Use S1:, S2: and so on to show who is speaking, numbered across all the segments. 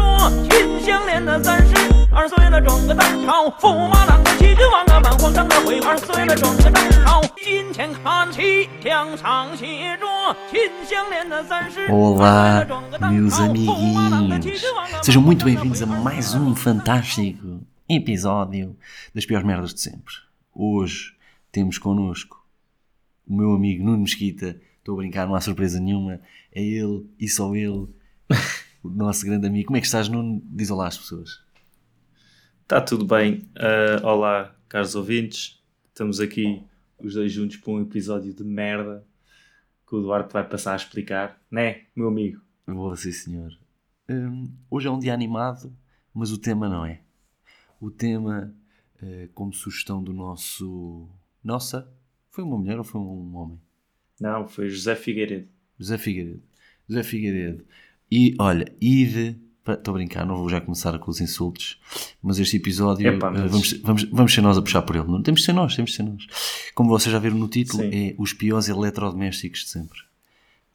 S1: 啊
S2: Olá, meus amiguinhos.
S1: 啊
S2: Sejam muito bem-vindos a mais um fantástico episódio das piores merdas de sempre. Hoje temos connosco o meu amigo Nuno Mesquita. Estou a brincar, não há surpresa nenhuma. É ele e só ele, o nosso grande amigo. Como é que estás, Nuno? Diz olá às pessoas.
S3: Está Tá tudo bem. Ah, olá, caros ouvintes. Estamos aqui os dois juntos para um episódio de merda que o Duarte vai passar a explicar, né, meu amigo?
S2: Vou Oh, sim, senhor. Hum, hoje é um dia animado, mas o tema não é. O tema, eh, como sugestão do nosso. Nossa, foi uma mulher ou foi um homem?
S3: Não, foi José Figueiredo.
S2: José Figueiredo. José Figueiredo. E olha, ide. Estou a brincar, não vou já começar com os insultos, mas este episódio
S3: Epá, mas-
S2: eh, vamos, vamos, vamos ser nós a puxar por ele. Não temos de ser nós, temos de ser nós. Como vocês já viram no título,
S3: Sim.
S2: é os piores eletrodomésticos de sempre.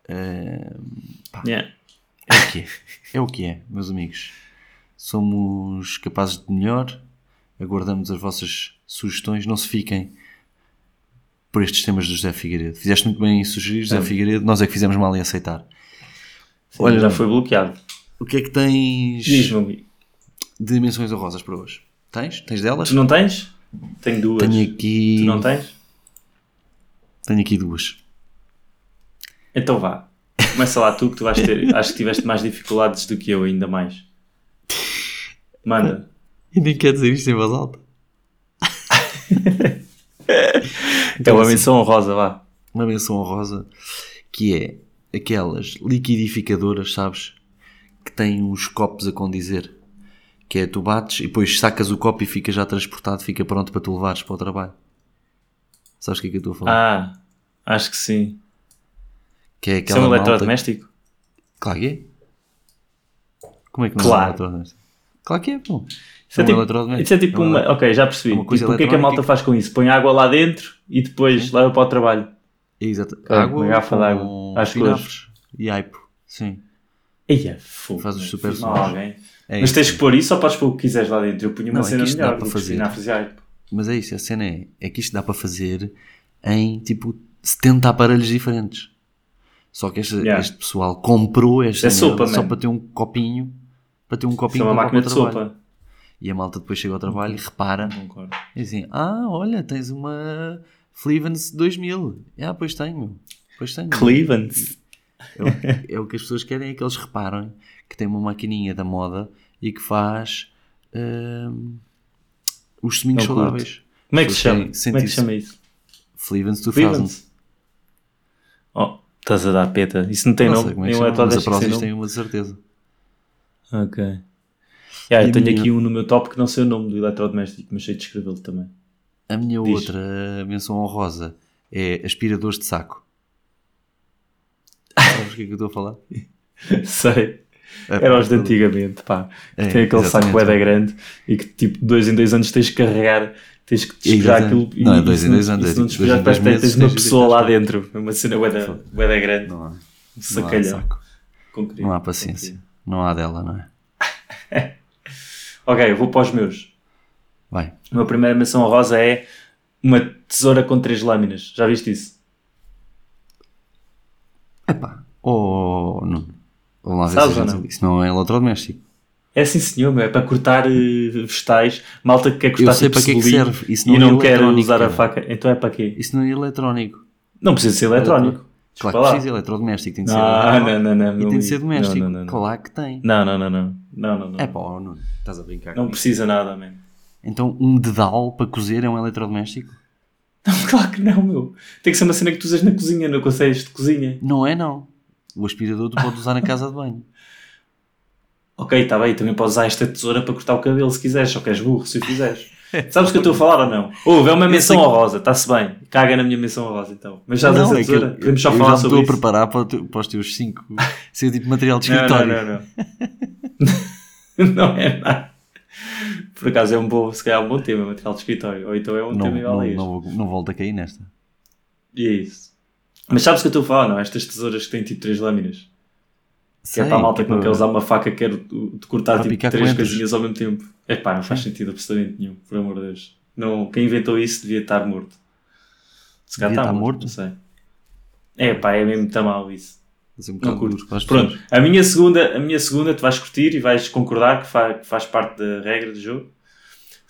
S2: Eh,
S3: Yeah.
S2: É o que é. É o que é, meus amigos. Somos capazes de melhor. Aguardamos as vossas sugestões. Não se fiquem por estes temas do José Figueiredo. Fizeste muito bem em sugerir, José
S3: É.
S2: Figueiredo. Nós é que fizemos mal em aceitar.
S3: Sim,
S2: Olha,
S3: já foi bloqueado.
S2: O que é que tens
S3: Diz, meu amigo.
S2: de menções honrosas para hoje? Tens? Tens delas?
S3: Tu não tens? Tenho duas.
S2: Tenho aqui.
S3: Tu não tens?
S2: Tenho aqui duas.
S3: Então vá. Começa lá tu que tu vais ter. Acho que tiveste mais dificuldades do que eu, ainda mais. Manda.
S2: E nem quer dizer isto em voz alta.
S3: É uma menção honrosa, vá.
S2: uma menção honrosa que é aquelas liquidificadoras, sabes? Que têm os copos a condizer. Que é tu bates e depois sacas o copo e fica já transportado, fica pronto para tu levares para o trabalho. Sabes o que é que eu estou a falar?
S3: Ah, acho que sim.
S2: que é
S3: Isso é
S2: aquela
S3: um
S2: malta-
S3: eletrodoméstico?
S2: Claro que é. Como é que não
S3: Claro.
S2: é um eletrodoméstico? Claro que é, pô.
S3: Isso é,
S2: um
S3: tipo,
S2: eletrodoméstico.
S3: isso é tipo
S2: Não
S3: uma. Ok, já
S2: é
S3: percebi.
S2: uma coisa
S3: Tipo, o que é que a malta
S2: eletrónica.
S3: faz com isso? Põe água lá dentro e depois leva para o trabalho.
S2: Exato.
S3: É,
S2: água.
S3: uma garrafa de água.
S2: com
S3: Às cores.
S2: espinafres E aipo. Sim.
S3: Eia, é fogo.
S2: Faz os
S3: Fiz
S2: super
S3: mal a
S2: sons.
S3: alguém.
S2: É
S3: Mas
S2: isso.
S3: tens que pôr isso ou podes pôr o que quiseres lá dentro? Eu punha uma
S2: Não, é
S3: cena
S2: que isto dá
S3: melhor. tipo,
S2: para
S3: do que
S2: fazer.
S3: espinafres e alho.
S2: Mas é isso, a cena é, é que isto dá para fazer em tipo 70 aparelhos diferentes. Só que este,
S3: Yeah.
S2: este pessoal comprou esta
S3: É
S2: merda
S3: sopa,
S2: só
S3: man.
S2: para ter um copinho, para ter um
S3: Isso é
S2: copinho para
S3: uma
S2: levar
S3: máquina
S2: para
S3: de
S2: o trabalho.
S3: sopa.
S2: E a malta depois chega ao trabalho e repara
S3: Concordo.
S2: e assim: "Ah, olha, tens uma Flivens 2000". Ah, pois tenho. Pois tenho.
S3: Cleveland.
S2: É o, é o que as pessoas querem é que eles reparem que tem uma maquininha da moda e que faz hum, os seminhos
S3: Não curto.
S2: saudáveis.
S3: Como é que se
S2: Sim,
S3: chama?
S2: sim,
S3: Como é que se
S2: isso.
S3: chama isso?
S2: Flivens 2000.
S3: Cleveland. Oh, estás a dar peta. Isso não tem
S2: não
S3: nome.
S2: sei como é que
S3: Em
S2: chama, mas a
S3: eletrodoméstico sem
S2: Prozis
S3: nome.
S2: tem uma de certeza.
S3: Ok. Yeah,
S2: um. E a
S3: eu tenho
S2: minha-
S3: aqui um no meu top que não sei o nome do eletrodoméstico, mas sei descrevê-lo também.
S2: A minha
S3: Diz.
S2: outra menção honrosa é aspiradores de saco. Sabes o que é que eu estou a falar?
S3: sei.
S2: É,
S3: Era os de
S2: pronto.
S3: antigamente, pá. Que
S2: É,
S3: tem aquele
S2: exatamente.
S3: saco bué da grande e que tipo, dois em dois anos tens que carregar, tens que despejar
S2: Exatamente.
S3: aquilo. e-
S2: Não, é
S3: e
S2: dois
S3: se
S2: em dois
S3: não-
S2: anos,
S3: e
S2: é
S3: Se não
S2: tipo, dois
S3: despejar,
S2: em dois
S3: depois tens,
S2: meses,
S3: tens
S2: tens
S3: uma
S2: de
S3: pessoa lá
S2: deitar.
S3: dentro. É uma cena bué da- bué da grande.
S2: Não há, não há
S3: Sacalhão.
S2: saco.
S3: Concreto.
S2: Não há paciência. Não há dela, não é?
S3: Concreto. Ok, eu vou para os meus.
S2: Vai.
S3: A minha primeira menção rosa é uma tesoura com três lâminas. Já viste isso?
S2: Epá. Oh, não. Vamos lá ver
S3: Sabes
S2: se a
S3: ou
S2: gente-
S3: não?
S2: Isso não é eletrodoméstico.
S3: É sim senhor, meu. É para cortar eh, vegetais. Malta que quer cortar
S2: Eu sei
S3: tipo
S2: para que é que
S3: cebolinha
S2: serve. Isso
S3: E
S2: não é
S3: não quer
S2: eletrónico,
S3: usar a
S2: cara.
S3: faca. Então é para quê?
S2: Isso não é eletrónico.
S3: Não precisa ser eletrónico.
S2: Claro
S3: Desculpa
S2: que
S3: lá.
S2: precisa, é eletrodoméstico tem que ser
S3: Ah,
S2: eletrónico.
S3: não, não, não,
S2: E
S3: meu
S2: tem
S3: amigo.
S2: de ser doméstico.
S3: Não, não, não, não.
S2: Claro que tem.
S3: Não, não, não, não. Não, não, não.
S2: É pá, oh, Nuno, estás a brincar.
S3: Não
S2: comigo.
S3: precisa nada, man.
S2: Então, um dedal para cozer é um eletrodoméstico?
S3: Claro que não, meu. Tem que ser uma cena que tu usas na cozinha, no conselho de cozinha.
S2: Não é, não. O aspirador tu podes usar na casa de banho.
S3: Ok, está bem, também podes usar esta tesoura para cortar o cabelo se quiseres, só que és burro se o fizeres. Sabes o que eu estou a falar ou não? Houve, é uma
S2: sei
S3: menção
S2: que-
S3: honrosa, está-se bem. Caga na minha menção honrosa então. Mas já usas
S2: não,
S3: essa
S2: é que
S3: tesoura?
S2: eu,
S3: Podemos só
S2: eu já
S3: falar
S2: me estou
S3: sobre
S2: a
S3: isso.
S2: preparar para, o teu- para os teus cinco ser tipo material de
S3: Não,
S2: escritório.
S3: Não, não, não. não é nada. Por acaso é um bom, se calhar é um bom tema, material de escritório. Ou então é um
S2: Não,
S3: tema igual
S2: não,
S3: a este.
S2: não vou- não volto a cair nesta.
S3: E é isso. Mas sabes o que eu estou a falar, não? Estas tesouras que têm tipo três lâminas. Que é
S2: Sei,
S3: para a malta que não
S2: tipo,
S3: quer usar uma faca, quer uh, de cortar
S2: Para
S3: tipo
S2: picar
S3: três
S2: coentros.
S3: coisinhas ao mesmo tempo. É pá, não faz sentido absolutamente nenhum, por amor de Deus. Não, quem inventou isso devia estar morto. Se calhar
S2: Devia
S3: está
S2: estar
S3: morto,
S2: morto?
S3: não sei. É pá, é mesmo tão mal isso.
S2: vai ser um
S3: Não
S2: bocado
S3: curto.
S2: duro para as
S3: Pronto,
S2: pessoas.
S3: a minha, segunda, a minha segunda tu vais curtir e vais concordar que, fa- que faz parte da regra do jogo.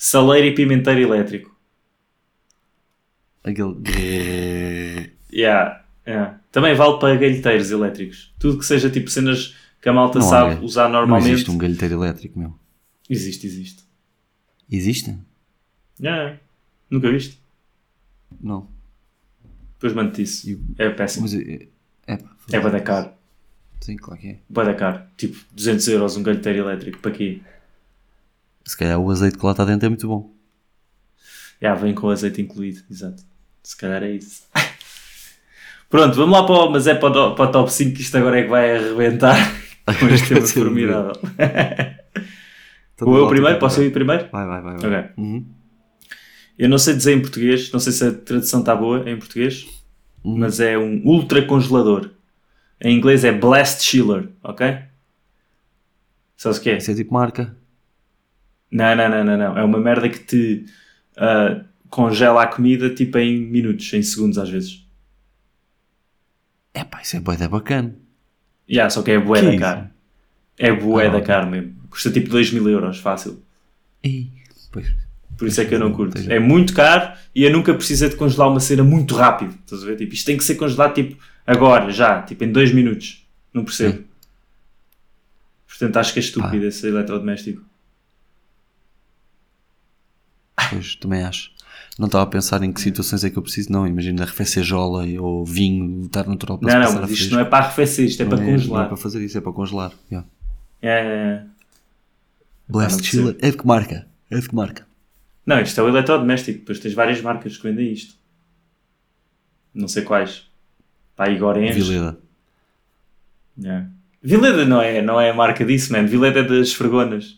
S3: Saleiro e pimenteiro elétrico.
S2: Aquele.
S3: Yeah, yeah. Também vale para galheteiros elétricos. Tudo que seja tipo cenas que a malta
S2: Não há
S3: sabe
S2: galho.
S3: usar
S2: Não
S3: normalmente.
S2: existe um galheteiro elétrico, meu.
S3: Existe, existe.
S2: Existe?
S3: Yeah, Nunca viste?
S2: Não.
S3: Depois mando-te isso.
S2: E-
S3: É péssimo.
S2: Mas é. É, pá,
S3: É bué da caro.
S2: Sim, claro que é.
S3: Bué da caro. Tipo, 200 euros um galheteiro elétrico. Para quê?
S2: Se calhar o azeite que lá está dentro é muito bom.
S3: Já, vem com azeite incluído, exato. Se calhar é isso. Pronto, vamos lá para o, mas é para o, do- para o top 5 que isto agora é que vai arrebentar com este tema
S2: um
S3: formidável.
S2: Então,
S3: Ou eu
S2: volta,
S3: primeiro?
S2: então,
S3: Posso eu ir primeiro?
S2: Vai, vai, vai. vai.
S3: Ok.
S2: Uhum.
S3: Eu não sei dizer em português, não sei se a tradução está boa em português,
S2: Uhum.
S3: mas é um ultra congelador. Em inglês é blast chiller, ok? Sabes o que é?
S2: Isso é tipo marca.
S3: Não, não, não, não, não. É uma merda que te ah, congela a comida tipo em minutos, em segundos às vezes.
S2: É pá, isso é boa, é bacana.
S3: Já, só que é bué
S2: Que
S3: da
S2: isso?
S3: caro. É bué
S2: Ah,
S3: da
S2: ok.
S3: caro mesmo. Custa tipo 2 mil euros, fácil.
S2: Ei, pois.
S3: Por isso é que eu não curto.
S2: Tens razão.
S3: É muito caro e eu nunca precisei de congelar uma cena muito rápido. Estás a ver? Tipo, isto tem que ser congelado tipo agora, já, tipo em 2 minutos. Não percebo. Portanto, acho que é estúpido esse eletrodoméstico.
S2: Pois, também acho. Não estava a pensar em que situações é que eu preciso, não. Imagina arrefecer jola ou vinho, estar natural para se
S3: Não,
S2: passar
S3: não,
S2: a
S3: mas isto
S2: fresco.
S3: não é para arrefecer, isto é para
S2: Não não é
S3: congelar.
S2: para fazer isso, é para congelar. Yeah.
S3: É, é, é.
S2: Blast
S3: não
S2: Chiller. É de que marca? É de que marca?
S3: Não, isto é o eletrodoméstico. Depois tens várias marcas que vendem isto. Não sei quais. Pá, Igor Enche.
S2: Vileda.
S3: Yeah. É. Vileda não é, não é a marca disso, man. Vileda é das fregonas.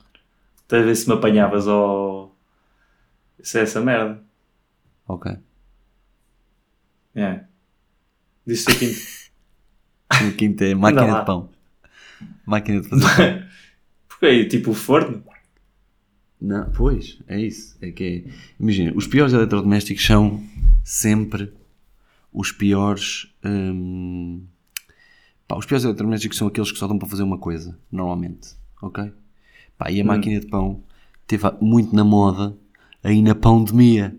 S3: Estás a ver se me apanhavas ao. Isso é essa merda.
S2: Ok.
S3: Yeah. Disse o quinto.
S2: E O quinto é
S3: Anda
S2: máquina
S3: lá.
S2: de pão. Máquina de fazer pão.
S3: Porque é tipo o forno.
S2: Não, pois, é isso. É que é. Imagina, os piores eletrodomésticos são sempre os piores. hum, pá, os piores eletrodomésticos são aqueles que só dão para fazer uma coisa, normalmente. Ok? Pá, e a máquina de pão teve muito na moda aí na pandemia.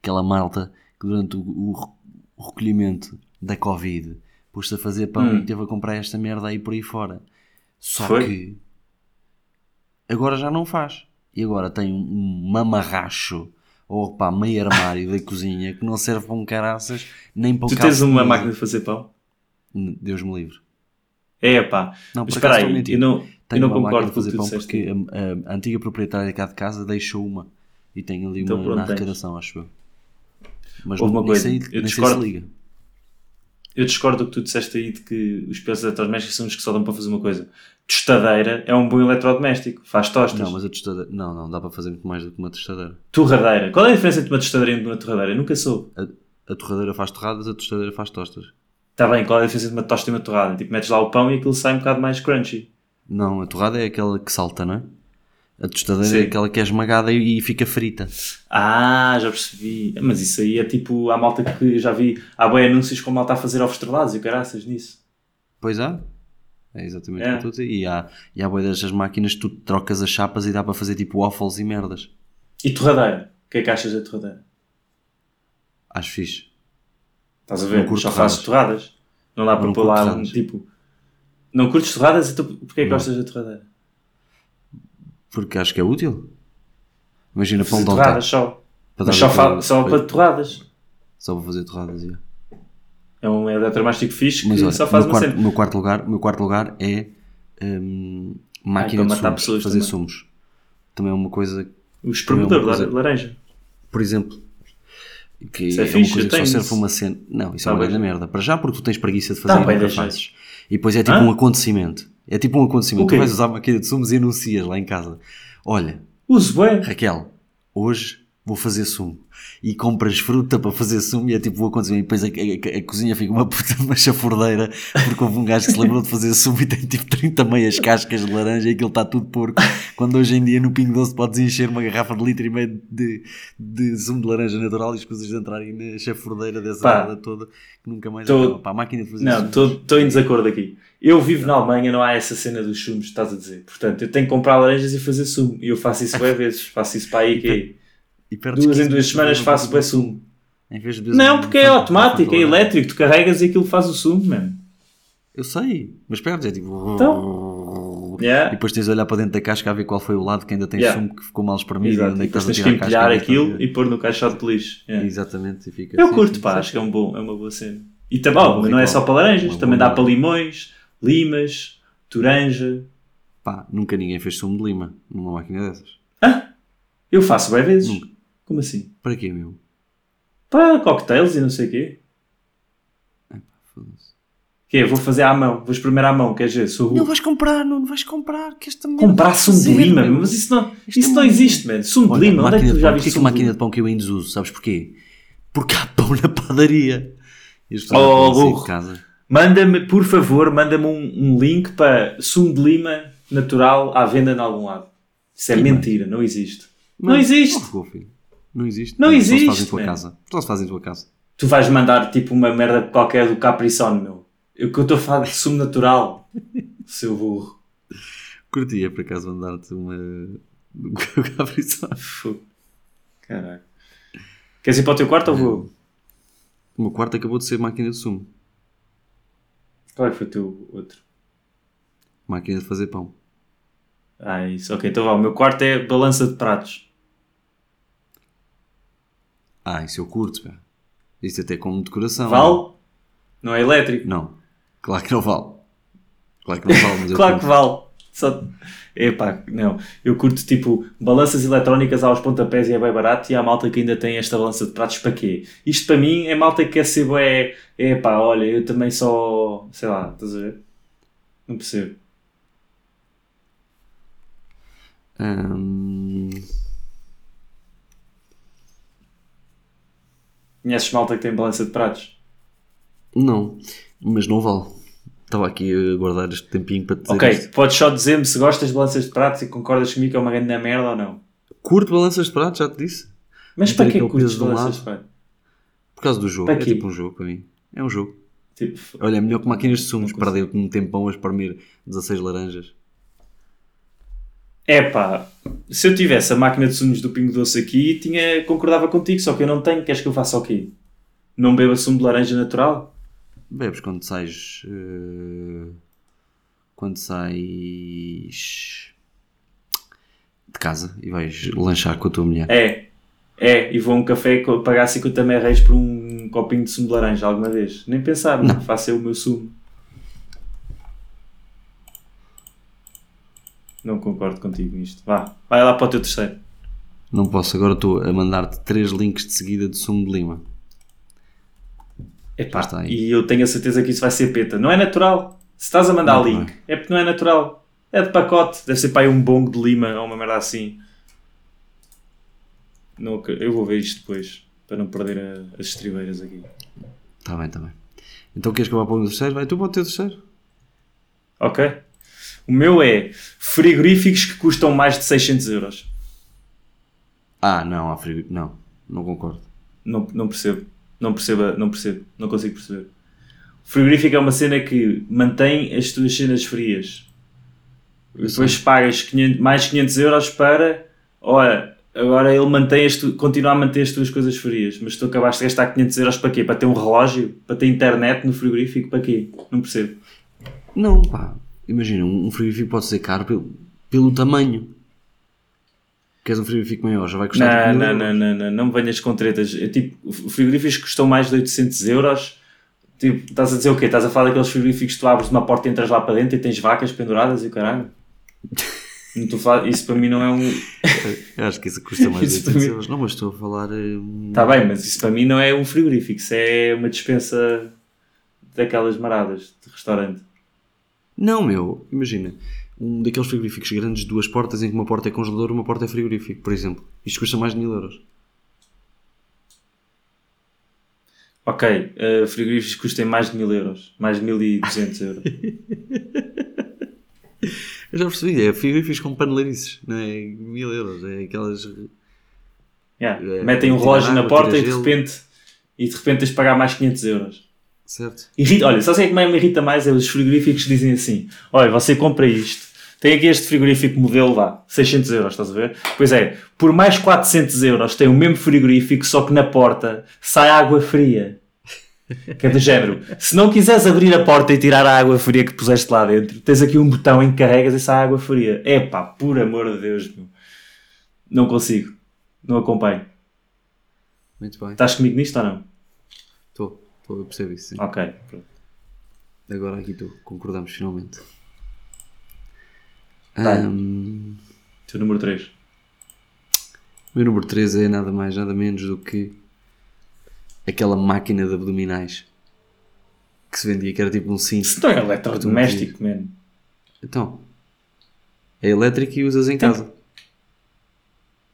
S2: Aquela malta que durante o, o re- o recolhimento da Covid pôs-se a fazer pão e teve a comprar esta merda aí por aí fora. Só
S3: Foi.
S2: que agora já não faz. E agora tem um, um mamarracho ou pá, meio armário da cozinha que não serve para um caraças nem para um
S3: Tu tens uma máquina de fazer pão?
S2: Deus me livre.
S3: É pá.
S2: Não,
S3: Mas
S2: por
S3: espera
S2: acaso estou a
S3: aí,
S2: mentir.
S3: eu não, eu
S2: Tenho
S3: não
S2: uma máquina
S3: concordo
S2: de
S3: com o que
S2: fazer
S3: tu
S2: pão
S3: disseste.
S2: porque a, a- a antiga proprietária cá de casa deixou uma e tem ali
S3: Então,
S2: uma
S3: pronto,
S2: na
S3: tens.
S2: arrecadação, acho eu. Mas
S3: Houve uma
S2: nem
S3: coisa,
S2: sei-
S3: eu
S2: nem sei
S3: discordo.
S2: se liga.
S3: Eu discordo do que tu disseste aí de que os pesos eletrodomésticos são os que só dão para fazer uma coisa. Tostadeira é um bom eletrodoméstico, faz tostas.
S2: Não, mas a tostadeira. Não, não, dá para fazer muito mais do que uma tostadeira.
S3: Torradeira. Qual é a diferença entre uma tostadeira e uma torradeira? Eu nunca soube.
S2: A torradeira faz torradas, a tostadeira faz tostas.
S3: Está bem, qual é a diferença entre uma tosta e uma torrada? Tipo, metes lá o pão e aquilo sai um bocado mais crunchy.
S2: Não, a torrada é aquela que salta, não é? A tostadeira é
S3: Sim.
S2: aquela que é esmagada e, e fica frita.
S3: Ah, já percebi. Mas isso aí é tipo, há malta que eu já vi, há boi anúncios com malta a fazer ovos estrelados e o caraças nisso.
S2: Pois há. É exatamente
S3: É.
S2: o que eu estou a dizer. E há, e há boi destas máquinas que tu trocas as chapas e dá para fazer tipo waffles e merdas.
S3: E torradeira? O que é que achas da torradeira?
S2: Acho fixe.
S3: Estás a
S2: Não
S3: ver?
S2: curto
S3: Só
S2: torradas.
S3: fazes torradas. Não dá para
S2: Não
S3: pôr
S2: curto
S3: lá um
S2: torradas.
S3: tipo. Não curtes torradas? Então porquê é que
S2: Não.
S3: gostas da torradeira?
S2: Porque acho que é útil. Imagina pão
S3: Fazer
S2: de ontem.
S3: torradas só.
S2: Para
S3: Mas
S2: dar
S3: só,
S2: aquela-
S3: fa- só
S2: foi-
S3: para torradas.
S2: só para fazer torradas. yeah.
S3: É um eletrodoméstico fixe que
S2: Mas olha,
S3: só faz
S2: meu
S3: uma
S2: quarto,
S3: cena.
S2: meu quarto lugar, meu quarto lugar é hum, máquina
S3: Ah,
S2: de
S3: para matar
S2: sumos,
S3: pessoas
S2: fazer
S3: também.
S2: sumos. Também é uma coisa,
S3: O espremedor
S2: Também é uma
S3: de
S2: coisa-
S3: laranja.
S2: por exemplo, que
S3: Isso é
S2: é, uma
S3: fixe,
S2: coisa que só
S3: tem
S2: serve
S3: isso.
S2: para uma cena. Não, isso é
S3: Tá
S2: uma
S3: bem.
S2: grande merda. Para já, porque tu tens preguiça de fazer
S3: Tá
S2: e
S3: bem,
S2: nunca
S3: deixa.
S2: fazes. E depois é tipo
S3: Hã?
S2: um acontecimento. É tipo um acontecimento.
S3: O
S2: Tu
S3: quê?
S2: vais usar a máquina de sumos e anuncias lá em casa. Olha,
S3: Uso bem.
S2: Raquel, hoje vou fazer sumo. E compras fruta para fazer sumo e é tipo, vou acontecer. E depois a, a- a- a cozinha fica uma puta uma chafurdeira porque houve um gajo que se lembrou de fazer sumo e tem tipo 30 meias cascas de laranja e aquilo está tudo porco. Quando hoje em dia no Pingo Doce podes encher uma garrafa de litro e meio de, de sumo de laranja natural e as coisas entrarem na chafurdeira dessa
S3: Pá,
S2: merda toda que nunca mais
S3: tô-
S2: acaba. Pá, a máquina de fazer
S3: Não,
S2: sumo.
S3: estou em desacordo aqui. Eu vivo na Alemanha, não há essa cena dos sumos que estás a dizer. Portanto, eu tenho que comprar laranjas e fazer sumo. E eu faço isso bem vezes. Faço isso para aí que
S2: E perdes
S3: duas em
S2: 15
S3: duas semanas
S2: minutos
S3: faço
S2: no
S3: bem
S2: processo.
S3: sumo.
S2: Em vez de beber
S3: Não,
S2: sumo,
S3: porque é
S2: faz-
S3: automático, é
S2: faz-
S3: elétrico. Tu carregas e aquilo faz o sumo, mano.
S2: Eu sei, mas perdes, é tipo. E
S3: Então. Yeah.
S2: depois tens de olhar para dentro da casca a ver qual foi o lado que ainda tem
S3: Yeah.
S2: sumo que ficou mal espremido
S3: Exato.
S2: onde
S3: E
S2: é que
S3: depois
S2: estás a
S3: tens que
S2: tirar a casca.
S3: empilhar
S2: onde é que
S3: aquilo
S2: estás
S3: e pôr no caixote de lixo.
S2: a-
S3: Yeah.
S2: Exatamente, e fica
S3: Eu
S2: assim,
S3: curto,
S2: sim,
S3: pá,
S2: sim.
S3: acho que é, um bom, é uma boa cena. E
S2: É um
S3: tabal,
S2: bom
S3: mas não é
S2: ritual.
S3: só para laranjas,
S2: Uma
S3: também
S2: boa
S3: dá para limões, limas, toranja.
S2: Pá, nunca ninguém fez sumo de lima numa máquina dessas.
S3: Ah, eu faço bem vezes.
S2: Nunca.
S3: Como assim?
S2: Para quê, meu?
S3: Para cocktails e não sei o quê.
S2: Foda-se.
S3: Que é, vou fazer à mão, vou espremer à mão, quer dizer, sou
S2: Não
S3: burro.
S2: vais comprar, não vais comprar, que esta merda
S3: Comprar
S2: vai
S3: sumo de
S2: fazer,
S3: lima,
S2: meu.
S3: mas isso não,
S2: Isto
S3: isso
S2: é
S3: não
S2: um-
S3: existe, mano. Sumo de
S2: Olha,
S3: lima, onde é que
S2: máquina
S3: tu
S2: de
S3: já
S2: pão, porquê
S3: viste
S2: que a
S3: sumo de
S2: máquina
S3: lima?
S2: de pão que eu em desuso? Sabes porquê? Porque há pão na padaria. E as pessoas
S3: Oh,
S2: já podem sair de
S3: burro.
S2: casa.
S3: Manda-me, por favor, manda-me um, um link para sumo de lima natural à venda em algum lado. Isso é
S2: Sim,
S3: mentira, não existe. Não
S2: Mas-
S3: existe.
S2: Oh, filho. Não existe.
S3: Não
S2: Só se faz em
S3: existe,
S2: tua
S3: man.
S2: casa. Só se faz em tua casa.
S3: Tu vais mandar tipo uma merda qualquer do Capricone, meu. O que eu estou a falar de sumo natural, seu burro.
S2: Curtia, por acaso, mandar-te uma. um cabriçal.
S3: Fogo. Caraca. Queres ir para o teu quarto ou vou?
S2: O meu quarto acabou de ser máquina de sumo.
S3: Qual é que foi o teu outro?
S2: Máquina de fazer pão.
S3: Ah, é isso. Ok, então vá. O meu quarto é balança de pratos.
S2: Ah, isso eu curto, pá. Isto até como decoração.
S3: Vale? Não é elétrico?
S2: Não. Claro que não vale. Claro que não vale, mas eu
S3: Claro que
S2: curto.
S3: vale. Só... Epá, não. Eu curto tipo balanças eletrónicas aos pontapés e é bem barato e há malta que ainda tem esta balança de pratos para quê? Isto para mim é malta que quer ser bué. Epá, olha, eu também só. sei lá, estás a ver? Não percebo.
S2: Hum,
S3: Conheces malta que tem balança de pratos?
S2: não, mas não vale. Estava aqui a guardar este tempinho para te dizer.
S3: ok,
S2: isto.
S3: podes só dizer-me se gostas de balanças de pratos e concordas comigo que é uma grande merda ou não.
S2: Curto balanças de pratos, já te disse.
S3: Mas
S2: Não
S3: para
S2: tem
S3: que
S2: aquele
S3: curtes
S2: peso de um
S3: balanças
S2: lado.
S3: de pratos?
S2: Por causa do jogo.
S3: Para
S2: é
S3: quê?
S2: tipo um jogo para mim. É um jogo.
S3: Tipo, f-
S2: Olha, é melhor que máquinas de sumos.
S3: Não consigo.
S2: Perdeu um tempão a espremer 16 laranjas.
S3: Epá, se eu tivesse a máquina de sumos do Pingo Doce aqui, tinha, concordava contigo, só que eu não tenho. Queres que eu faça o quê? Não beba sumo de laranja natural?
S2: Bebes quando sais. eh, quando sais. de casa e vais lanchar com a tua mulher.
S3: É, é, e vou a um café co- pagar 50 mil reais por um copinho de sumo de laranja alguma vez. Nem pensar,
S2: Não.
S3: não. faço eu o meu sumo. Não concordo contigo nisto. Vá, vai lá para o teu terceiro.
S2: Não posso, agora estou a mandar-te três links de seguida de sumo de lima. Já está
S3: Epá,
S2: aí.
S3: e eu tenho a certeza que isso vai ser peta. Não é natural. Se estás a mandar
S2: Não,
S3: link, é porque não é natural. É de pacote. Deve ser para aí um bongo de lima ou uma merda assim. Não, que- eu vou ver isto depois, para não perder a- as estribeiras aqui.
S2: Está Tá bem, está bem. Então queres que eu vá para o meu terceiro? Vai tu para o teu terceiro.
S3: Ok? O meu é frigoríficos que custam mais de 600 euros.
S2: Ah, não, há frio. Não, não concordo.
S3: Não, não percebo. Não percebo, a- não percebo. Não consigo perceber. O frigorífico é uma cena que mantém as tuas cenas frias. E depois pagas 500 mais 500 euros para. Olha, Agora ele mantém as tu... continua a manter as tuas coisas frias, mas tu acabaste de gastar 500 euros para quê? Para ter um relógio? Para ter internet no frigorífico? Para quê? Não percebo.
S2: Não, pá. Imagina, um frigorífico pode ser caro pelo, pelo tamanho. Queres um frigorífico maior, já vai custar
S3: Não,
S2: tipo mil
S3: não,
S2: euros.
S3: não, não, não, não me venhas com tretas. É tipo, frigoríficos que custam mais de 800 euros. Tipo, estás a dizer o quê? Estás a falar daqueles frigoríficos que tu abres uma porta e entras lá para dentro e tens vacas penduradas e o caralho? Não estou a falar- Isso para mim não é um.
S2: Eu acho que isso custa mais de
S3: Isso
S2: 800
S3: também.
S2: euros. Não, mas estou a falar. hum,
S3: Está tá bem, mas isso para mim não é um frigorífico. Isso é uma dispensa daquelas maradas de restaurante.
S2: Não, meu, imagina. Um daqueles frigoríficos grandes, duas portas, em que uma porta é congelador uma porta é frigorífico, por exemplo. Isto custa mais de mil euros.
S3: Ok, eh, frigoríficos custem mais de 1000 euros, mais de 1200 euros.
S2: Eu já percebi, é frigoríficos com paneleirices, não é? Mil euros, é aquelas.
S3: Yeah.
S2: É,
S3: Metem um
S2: tirar
S3: relógio na
S2: água,
S3: porta
S2: tirar
S3: e de
S2: gelo.
S3: repente, e de repente tens de pagar mais 500 euros.
S2: Certo?
S3: Irrita, olha, só sei o que mais me irrita mais é os frigoríficos que dizem assim: olha, você compra isto, tem aqui este frigorífico modelo lá, 600 euros, estás a ver? Pois é, por mais 400 euros tem o mesmo frigorífico, só que na porta sai água fria. Que é do género. Se não quiseres abrir a porta e tirar a água fria que puseste lá dentro, tens aqui um botão em que carregas essa água fria. Epá, por amor de Deus, meu. Não consigo. Não acompanho.
S2: Muito bem.
S3: Estás comigo nisto ou não?
S2: Estou, estou, eu percebo isso. sim.
S3: Ok. pronto.
S2: Agora aqui estou, concordamos finalmente.
S3: Vai.
S2: Ahm,
S3: Teu número 3.
S2: meu número 3 é nada mais, nada menos do que aquela máquina de abdominais que se vendia, que era tipo um cinto.
S3: Isso não é eletrodoméstico, mano.
S2: Então, é elétrico e usas em casa.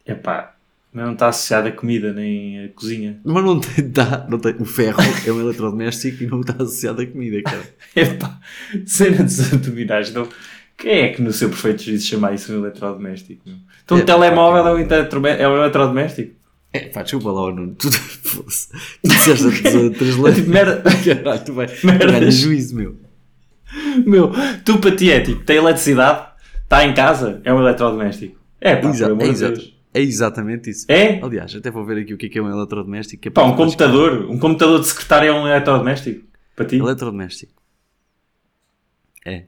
S3: Epá, mas não está associado à comida nem à cozinha.
S2: Mas não tem, tá, não tem. O ferro é um eletrodoméstico e não está associado à comida, cara.
S3: Epá, cena dos abdominais. Não. Quem é que no seu perfeito juízo chama isso um eletrodoméstico? meu? Então
S2: É,
S3: um telemóvel
S2: pá,
S3: é um, eletrodomé- é um eletrodoméstico?
S2: É, pá, desculpa lá, Nuno. Tu, fosse- tu disseste a
S3: Tipo,
S2: translate.
S3: merda.
S2: Caralho, tu vais.
S3: Merdas.
S2: Ganha juízo, meu.
S3: Meu, tu para ti é tipo, tem eletricidade, está em casa, é um eletrodoméstico. É, pá,
S2: Exa-
S3: por amor
S2: é,
S3: de
S2: exato-
S3: Deus.
S2: é exatamente isso.
S3: É?
S2: Aliás, até vou ver aqui o que é, que é um eletrodoméstico. que é
S3: Pá,
S2: para
S3: um
S2: depois-
S3: computador, um computador de secretário é um eletrodoméstico? Para ti?
S2: Eletrodoméstico. É.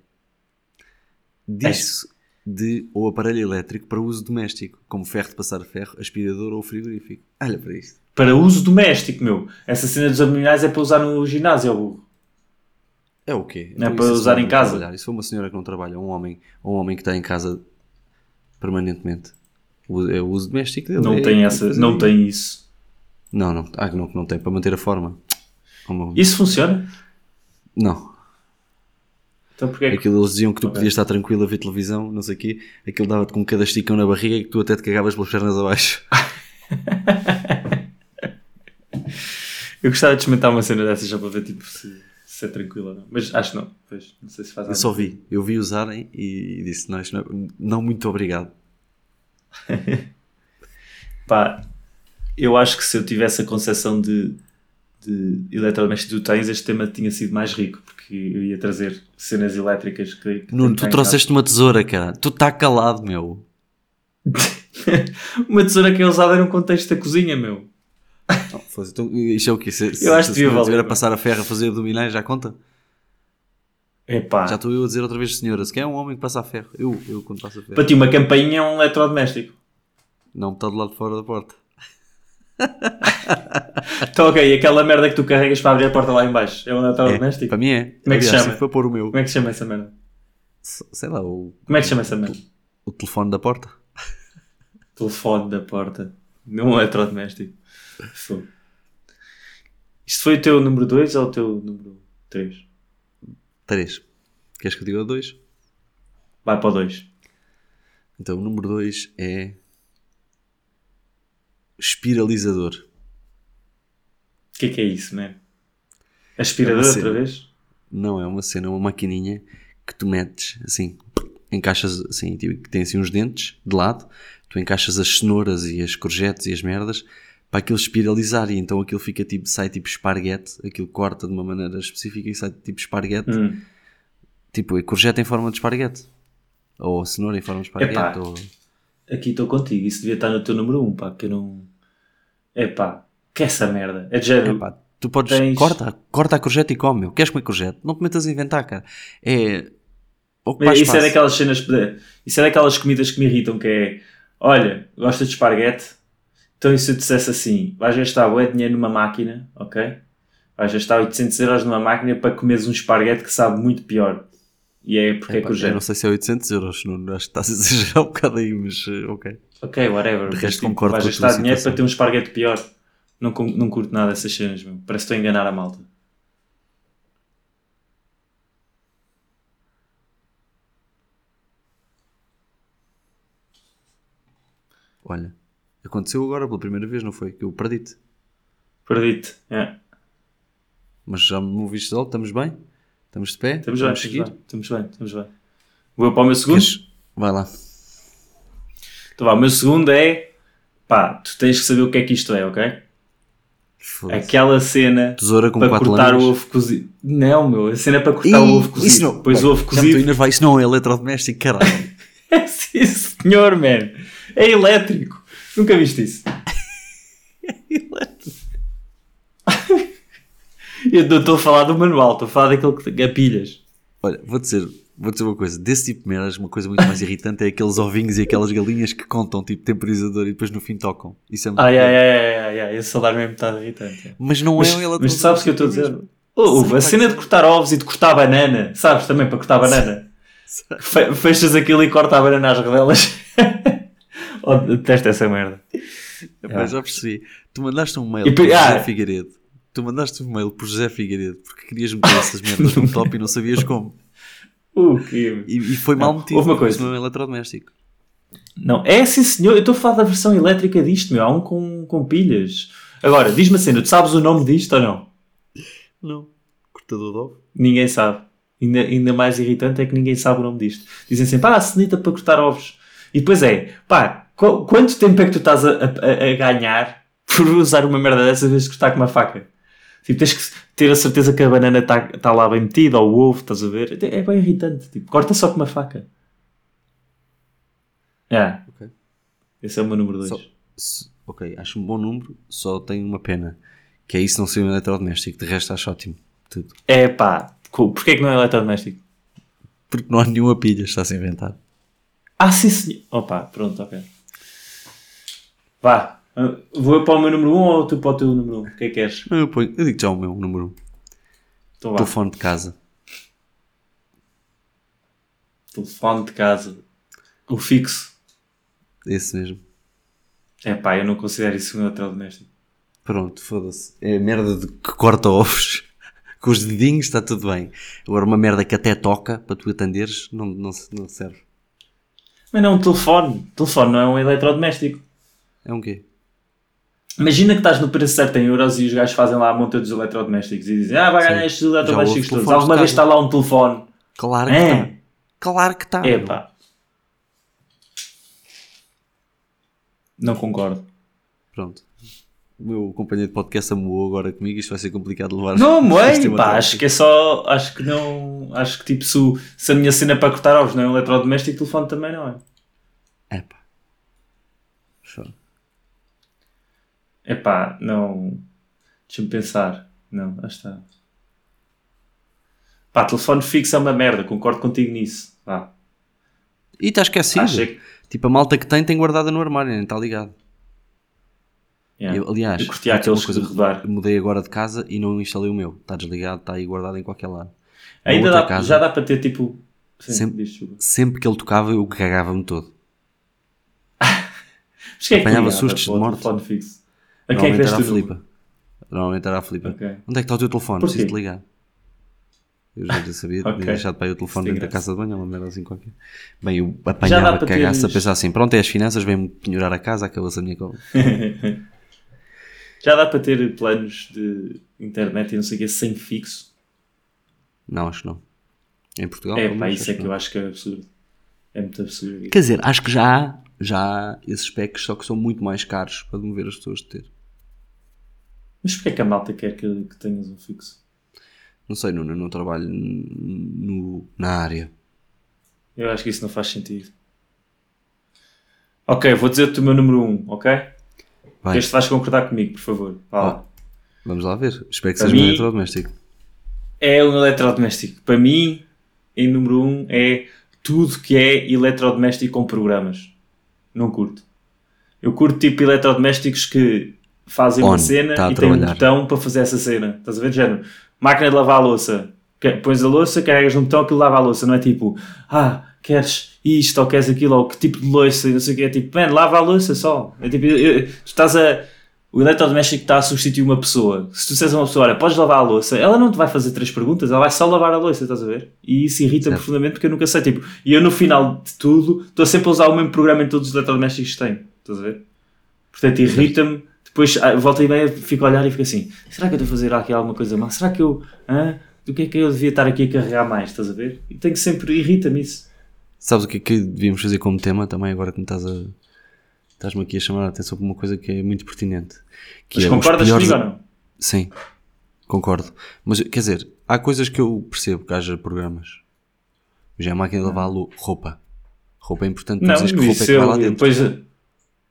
S2: Diz-se de ou aparelho elétrico para uso doméstico, como ferro de passar ferro, aspirador ou frigorífico. Olha para isto.
S3: Para uso doméstico, meu. Essa cena dos abdominais é para usar no ginásio, ó burro.
S2: É o quê?
S3: Não é
S2: Então
S3: para
S2: isso
S3: usar
S2: senhora
S3: em
S2: não
S3: casa?
S2: trabalhar. Isso foi uma senhora que não trabalha, um homem, um homem que está em casa permanentemente. O- É o uso doméstico dele.
S3: Não
S2: é-
S3: tem
S2: é
S3: essa,
S2: fazer
S3: não
S2: isso.
S3: tem isso.
S2: Não, não. Ah, que não, que não tem, para manter a forma. Como-
S3: Isso funciona?
S2: Não.
S3: Então porque é que...
S2: Aquilo eles diziam que tu
S3: Ok.
S2: podias estar tranquilo a ver televisão, não sei o quê. Aquilo dava-te com um cada esticão na barriga e que tu até te cagavas pelas pernas abaixo.
S3: Ah. Eu gostava de experimentar uma cena dessas já para ver tipo, se, se é tranquilo ou não. Mas acho que não. Pois, não sei se faz
S2: Eu
S3: algo.
S2: só vi. Eu vi usarem e disse, não, isto não, é- não muito obrigado.
S3: Pá, eu acho que se eu tivesse a concepção de, de eletrodoméstico que tu tens, este tema tinha sido mais rico. Porque eu ia trazer cenas elétricas que... que
S2: Nuno,
S3: tenho cá
S2: tu
S3: em
S2: trouxeste uma tesoura, cara. Tu está calado, meu.
S3: casa. Uma tesoura que é usada num contexto da cozinha, meu.
S2: Não, foda-se, então, isto é o quê? Se, se,
S3: Eu acho
S2: se
S3: que devia
S2: a senhora estiver
S3: valer,
S2: a passar a ferro a fazer abdominais, já conta?
S3: Epá. Ah.
S2: Já estou eu a dizer outra vez, senhora, se quer um homem que passa a ferro. Eu, eu quando passo a ferro.
S3: Para ti, uma campainha é um eletrodoméstico.
S2: Não, está do lado de fora da porta.
S3: Então, ok, e aquela merda que tu carregas para abrir a porta lá em baixo é um
S2: É,
S3: eletrodoméstico?
S2: para mim é.
S3: Como é que se
S2: Aliás,
S3: chama?
S2: Para pôr o meu,
S3: Como é que se chama essa merda?
S2: sei lá, o,
S3: Como é que se chama essa merda?
S2: o telefone da porta.
S3: Telefone da porta. Não um eletrodoméstico. Fogo. Isto foi o teu número 2 ou o teu número 3?
S2: 3. Queres que eu diga o 2?
S3: Vai para o 2.
S2: Então, o número 2 é. Espiralizador.
S3: O que é que é isso, man? Aspirador
S2: É uma
S3: outra
S2: cena.
S3: vez?
S2: Não é uma cena, é uma maquininha que tu metes assim, encaixas assim, tipo, que tem assim uns dentes de lado, tu encaixas as cenouras e as corjetes e as merdas para aquilo espiralizar e então aquilo fica tipo, sai tipo esparguete, aquilo corta de uma maneira específica e sai tipo esparguete,
S3: Hum.
S2: tipo a corjeta em forma de esparguete, ou a cenoura em forma de
S3: Epá.
S2: esparguete, ou
S3: Aqui estou contigo. Isso devia estar no teu número 1, um, pá, que eu não. É pá, que essa merda. É de género.
S2: Epá, tu podes.
S3: Tens-
S2: Corta, corta a corjeta e come. meu. Queres comer corjeta? Não te metas a inventar, cara. É.
S3: Mas
S2: Ocupar
S3: isso
S2: espaço.
S3: é daquelas cenas. que- Isso é daquelas comidas que me irritam, que é. Olha, gosta de esparguete? Então e se eu dissesse assim, vais gastar o dinheiro numa máquina, ok? Vais gastar 800 euros numa máquina para comeres um esparguete que sabe muito pior. E é porque é
S2: Epá, eu
S3: corjeta.
S2: não sei se é 800 euros, não, acho que estás a exagerar um bocado aí, mas eh, ok.
S3: Ok, whatever.
S2: De
S3: mas, tipo,
S2: resto, concordo
S3: Vais
S2: com a
S3: gastar
S2: tua
S3: dinheiro
S2: situação.
S3: para ter um esparguete pior. Não, con- não curto nada dessas cenas, meu. Parece que estou a enganar a malta.
S2: Olha, aconteceu agora pela primeira vez, não foi? Que eu perdi-te.
S3: Perdi-te. É.
S2: Mas já me ouviste logo, estamos bem? Estamos de pé?
S3: Estamos bem,
S2: Vamos
S3: estamos bem, estamos bem, estamos bem. Vou para o meu segundo?
S2: Queres- Vai lá.
S3: Então vá, o meu segundo é... Pá, tu tens que saber o que é que isto é, ok?
S2: Foda-se.
S3: Aquela cena
S2: Tesoura com
S3: para
S2: quatro
S3: cortar
S2: lâminas.
S3: o ovo cozido. Não, meu, a cena para cortar
S2: Ih,
S3: o ovo cozido.
S2: Isso não,
S3: pois
S2: Pera,
S3: o ovo
S2: já me estou a
S3: cozido...
S2: enervar, isso não é eletrodoméstico, caralho.
S3: É sim, senhor, man. É elétrico. Nunca viste isso? Eu não estou a falar do manual, estou a falar daquele que tem- a pilhas.
S2: Olha, vou dizer, vou dizer uma coisa. Desse tipo de merdas, uma coisa muito mais irritante é aqueles ovinhos e aquelas galinhas que contam, tipo temporizador, e depois no fim tocam. Isso é muito
S3: Ai,
S2: bom.
S3: ai, ai, ai, ai, ai, esse salário mesmo está irritante.
S2: Mas não é um
S3: Mas,
S2: eletrodoméstico.
S3: mas tu sabes o que eu estou a dizer?
S2: mesmo.
S3: Ouve,
S2: Sim,
S3: a cena de cortar ovos e de cortar banana, sabes também para cortar banana? Fe- Fechas aquilo e corta a banana às rodelas. oh, detesto essa merda.
S2: Epá,
S3: Ah.
S2: É já percebi. Tu mandaste um mail
S3: E
S2: para
S3: pe-
S2: José
S3: ah.
S2: Figueiredo. Tu mandaste um mail para José Figueiredo porque querias meter essas merdas no top e não sabias como.
S3: O quê?
S2: E, e foi mal
S3: Não,
S2: metido.
S3: houve uma
S2: porque isso
S3: coisa.
S2: Não é um eletrodoméstico.
S3: Não, é sim senhor, eu estou a falar da versão elétrica disto, meu, há um com, com pilhas. Agora, diz-me a cena, tu sabes o nome disto ou não?
S2: Não. Cortador de ovo.
S3: Ninguém sabe. Ainda, ainda mais irritante é que ninguém sabe o nome disto. Dizem sempre, ah, cenita para cortar ovos. E depois é, pá, qu- quanto tempo é que tu estás a, a- a ganhar por usar uma merda dessas vezes de cortar com uma faca? Tipo, tens que ter a certeza que a banana está tá lá bem metida, ou o ovo, estás a ver? É bem irritante, tipo, corta só com uma faca. É.
S2: Ok.
S3: Esse é o meu número 2.
S2: Só- se- ok, acho um bom número, só tenho uma pena. Que é isso não ser um eletrodoméstico. De resto acho ótimo. Tudo.
S3: É pá, co- porquê que não é eletrodoméstico?
S2: Porque não há nenhuma pilha, está-se a inventar.
S3: Ah, sim senhor. Opa, pronto, ok. Vá, ah, vou eu para o meu número 1 um, ou tu para o teu número 1? Um? O que é que queres?
S2: Não, Eu, ponho, eu digo já o meu o número 1.
S3: Então vá,
S2: Telefone de casa.
S3: telefone de casa. O fixo.
S2: Esse mesmo.
S3: É pá, eu não considero isso um eletrodoméstico.
S2: Pronto, foda-se. É a merda de que corta ovos. Com os dedinhos está tudo bem. Agora uma merda que até toca para tu atenderes não, não, se- não serve.
S3: Mas não é um telefone. Telefone não é um eletrodoméstico.
S2: É um quê?
S3: Imagina que estás no preço certo em euros e os gajos fazem lá a monta dos eletrodomésticos e dizem Ah, vai ganhar
S2: Sim.
S3: estes eletrodomésticos
S2: Já houve
S3: todos.
S2: telefones
S3: Alguma
S2: de
S3: vez
S2: casa.
S3: está lá um telefone.
S2: Claro que está.
S3: É,
S2: Claro que tá. está.
S3: é pá. Não concordo.
S2: Pronto. O meu companheiro de podcast amoou agora comigo. Isto vai ser complicado de levar.
S3: Não, mãe,
S2: Isto é uma
S3: pá,
S2: troca.
S3: acho que é só. Acho que não. Acho que tipo, se, o- se a minha cena para cortar ovos não é um eletrodoméstico, o telefone também não é.
S2: É pá. Só.
S3: É pá, não. Deixa-me pensar. Não, lá está. Pá, telefone fixo é uma merda, concordo contigo nisso. Vá.
S2: E está esquecido.
S3: Acho que-
S2: Tipo, a malta que tem, tem guardada no armário, nem está ligado.
S3: Yeah.
S2: Eu, aliás,
S3: É. Eu curtia
S2: vou dizer uma
S3: aqueles que de rodar.
S2: eu mudei agora de casa e não instalei o meu. Está desligado, está aí guardado em qualquer lado. Na
S3: Ainda
S2: outra
S3: dá, já dá para ter tipo. Sim,
S2: Sempre-
S3: diz, desculpa.
S2: sempre que ele tocava eu cagava-me todo.
S3: Mas quem é que
S2: Apanhava
S3: ligava
S2: sustos de
S3: para o
S2: morte.
S3: telefone fixo. A quem é que
S2: Normalmente era
S3: deste
S2: a
S3: o número?
S2: Filipa. Normalmente era a Filipa.
S3: Ok.
S2: Onde é que está o teu telefone?
S3: Porquê?
S2: Preciso te ligar. Eu já sabia, tinha
S3: Ok.
S2: deixado para aí o telefone
S3: Isso tem
S2: dentro da
S3: graça.
S2: casa de banho, uma merda assim qualquer. Bem, eu
S3: Já dá
S2: apanhava
S3: para
S2: cagaço a
S3: teres-
S2: pensar assim: pronto, é as finanças, vem-me penhorar a casa, acabou-se a minha cova.
S3: Já dá para ter planos de internet e não sei o que sem fixo.
S2: Não, acho que não. Em Portugal?
S3: É,
S2: pelo
S3: pá,
S2: menos,
S3: isso é
S2: acho
S3: que
S2: não.
S3: eu acho que é absurdo. É muito absurdo. isso.
S2: Quer dizer, acho que já há, já há esses packs, só que são muito mais caros para mover as pessoas de ter.
S3: Mas porquê é que a malta quer que, que tenhas um fixo?
S2: Não sei, Nuno, eu não trabalho n- no, na área.
S3: Eu acho que isso não faz sentido. Ok, vou dizer-te o meu número 1, um, ok?
S2: Vai.
S3: Este vais concordar comigo, por favor. Vá lá.
S2: Vamos lá ver. Espero que
S3: Para
S2: seja um
S3: mim-
S2: eletrodoméstico.
S3: É um eletrodoméstico. Para mim, em número 1, um, é tudo que é eletrodoméstico com programas. Não curto. Eu curto tipo eletrodomésticos que fazem
S2: On,
S3: uma cena
S2: tá a
S3: e têm um
S2: trabalhar.
S3: botão para fazer essa cena. Estás a ver? De género. Máquina de lavar a louça. Que- Pões a louça, carregas um botão que lava a louça. Não é tipo, ah, queres isto ou queres aquilo ou que tipo de louça e não sei o que. É tipo, man, lava a louça só. É tipo, eu- eu- tu estás a. O eletrodoméstico está a substituir uma pessoa. Se tu disseres a uma pessoa, olha, podes lavar a louça, ela não te vai fazer três perguntas, ela vai só lavar a louça, estás a ver? E isso irrita me
S2: Certo.
S3: profundamente porque eu nunca sei. Tipo, e eu no final de tudo estou sempre a usar o mesmo programa em todos os eletrodomésticos que tenho, estás a ver? Portanto,
S2: é.
S3: irrita-me. Depois ah, volta e meia, fico a olhar e fico assim: será que eu estou a fazer aqui alguma coisa má? Será que eu. hã? Do que é que eu devia estar aqui a carregar mais, estás a ver? E tenho que sempre. irrita-me isso.
S2: Sabes o que é que devíamos fazer como tema também agora que me estás a. Estás-me aqui a chamar a atenção para uma coisa que é muito pertinente. Que
S3: Mas
S2: é os
S3: concordas
S2: piores-
S3: comigo ou não?
S2: Sim, concordo. Mas quer dizer, há coisas que eu percebo que haja programas. Já é a máquina de lavar lo- roupa. Roupa é importante, tu
S3: Não,
S2: dizes que roupa é
S3: isso
S2: que vai lá
S3: eu,
S2: dentro.
S3: depois,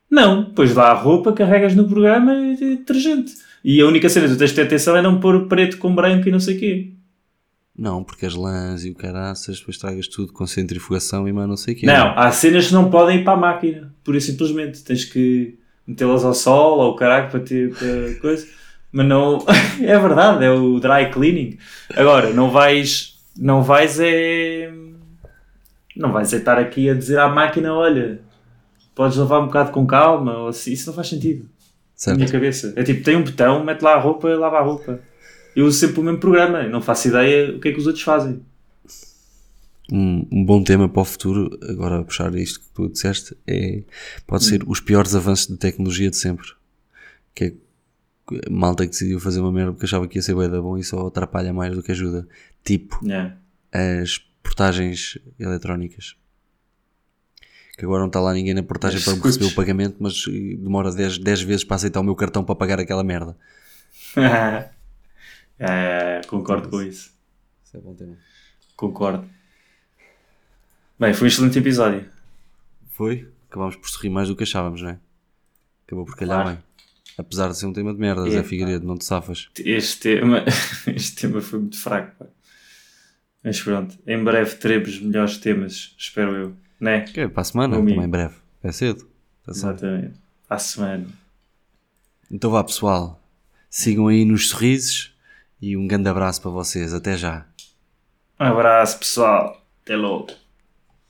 S3: não, pois lá a roupa, carregas no programa e e detergente. E a única cena que tu tens de ter atenção é não pôr preto com branco e não sei o quê.
S2: Não, porque as lãs e o caraças, depois tragas tudo com centrifugação e mais não sei o quê.
S3: Não, há cenas que não podem ir para a máquina, pura e simplesmente. Tens que metê-las ao sol ou caralho para ter para coisa. Mas não. é verdade, é o dry cleaning. Agora, não vais. Não vais é. Não vais é estar aqui a dizer à máquina: olha, podes lavar um bocado com calma. Ou assim. Isso não faz sentido. Na minha
S2: Certo.
S3: cabeça. É tipo, tem um botão, mete lá a roupa e lava a roupa. Eu uso sempre o mesmo programa, eu não faço ideia o que é que os outros fazem.
S2: Um, um bom tema para o futuro, agora a puxar isto que tu disseste, é, pode ser os piores avanços de tecnologia de sempre. Que é que- malta que decidiu fazer uma merda porque achava que ia ser bué da bom e só atrapalha mais do que ajuda. Tipo, as portagens eletrónicas. Que agora não está lá ninguém na portagem
S3: As
S2: para me
S3: scooters.
S2: receber o pagamento, mas eh, demora 10, 10 vezes para aceitar o meu cartão para pagar aquela merda.
S3: é, concordo com isso.
S2: Isso é bom tema.
S3: Concordo. Bem, foi um excelente episódio.
S2: Foi? Acabámos por sorrir mais do que achávamos, não é? Acabou por calhar
S3: Claro.
S2: bem. Apesar de ser um tema de merda, Zé
S3: Epa.
S2: Figueiredo, não te safas.
S3: Este tema, este tema foi muito fraco. pá. Mas pronto, em breve teremos melhores temas, espero eu. Né?
S2: Que é para a semana,
S3: Domingo.
S2: também breve. É cedo. Tá certo.
S3: Exatamente. À semana.
S2: Então vá pessoal, sigam aí nos sorrisos e um grande abraço para vocês. Até já.
S3: Um abraço, pessoal. Até logo.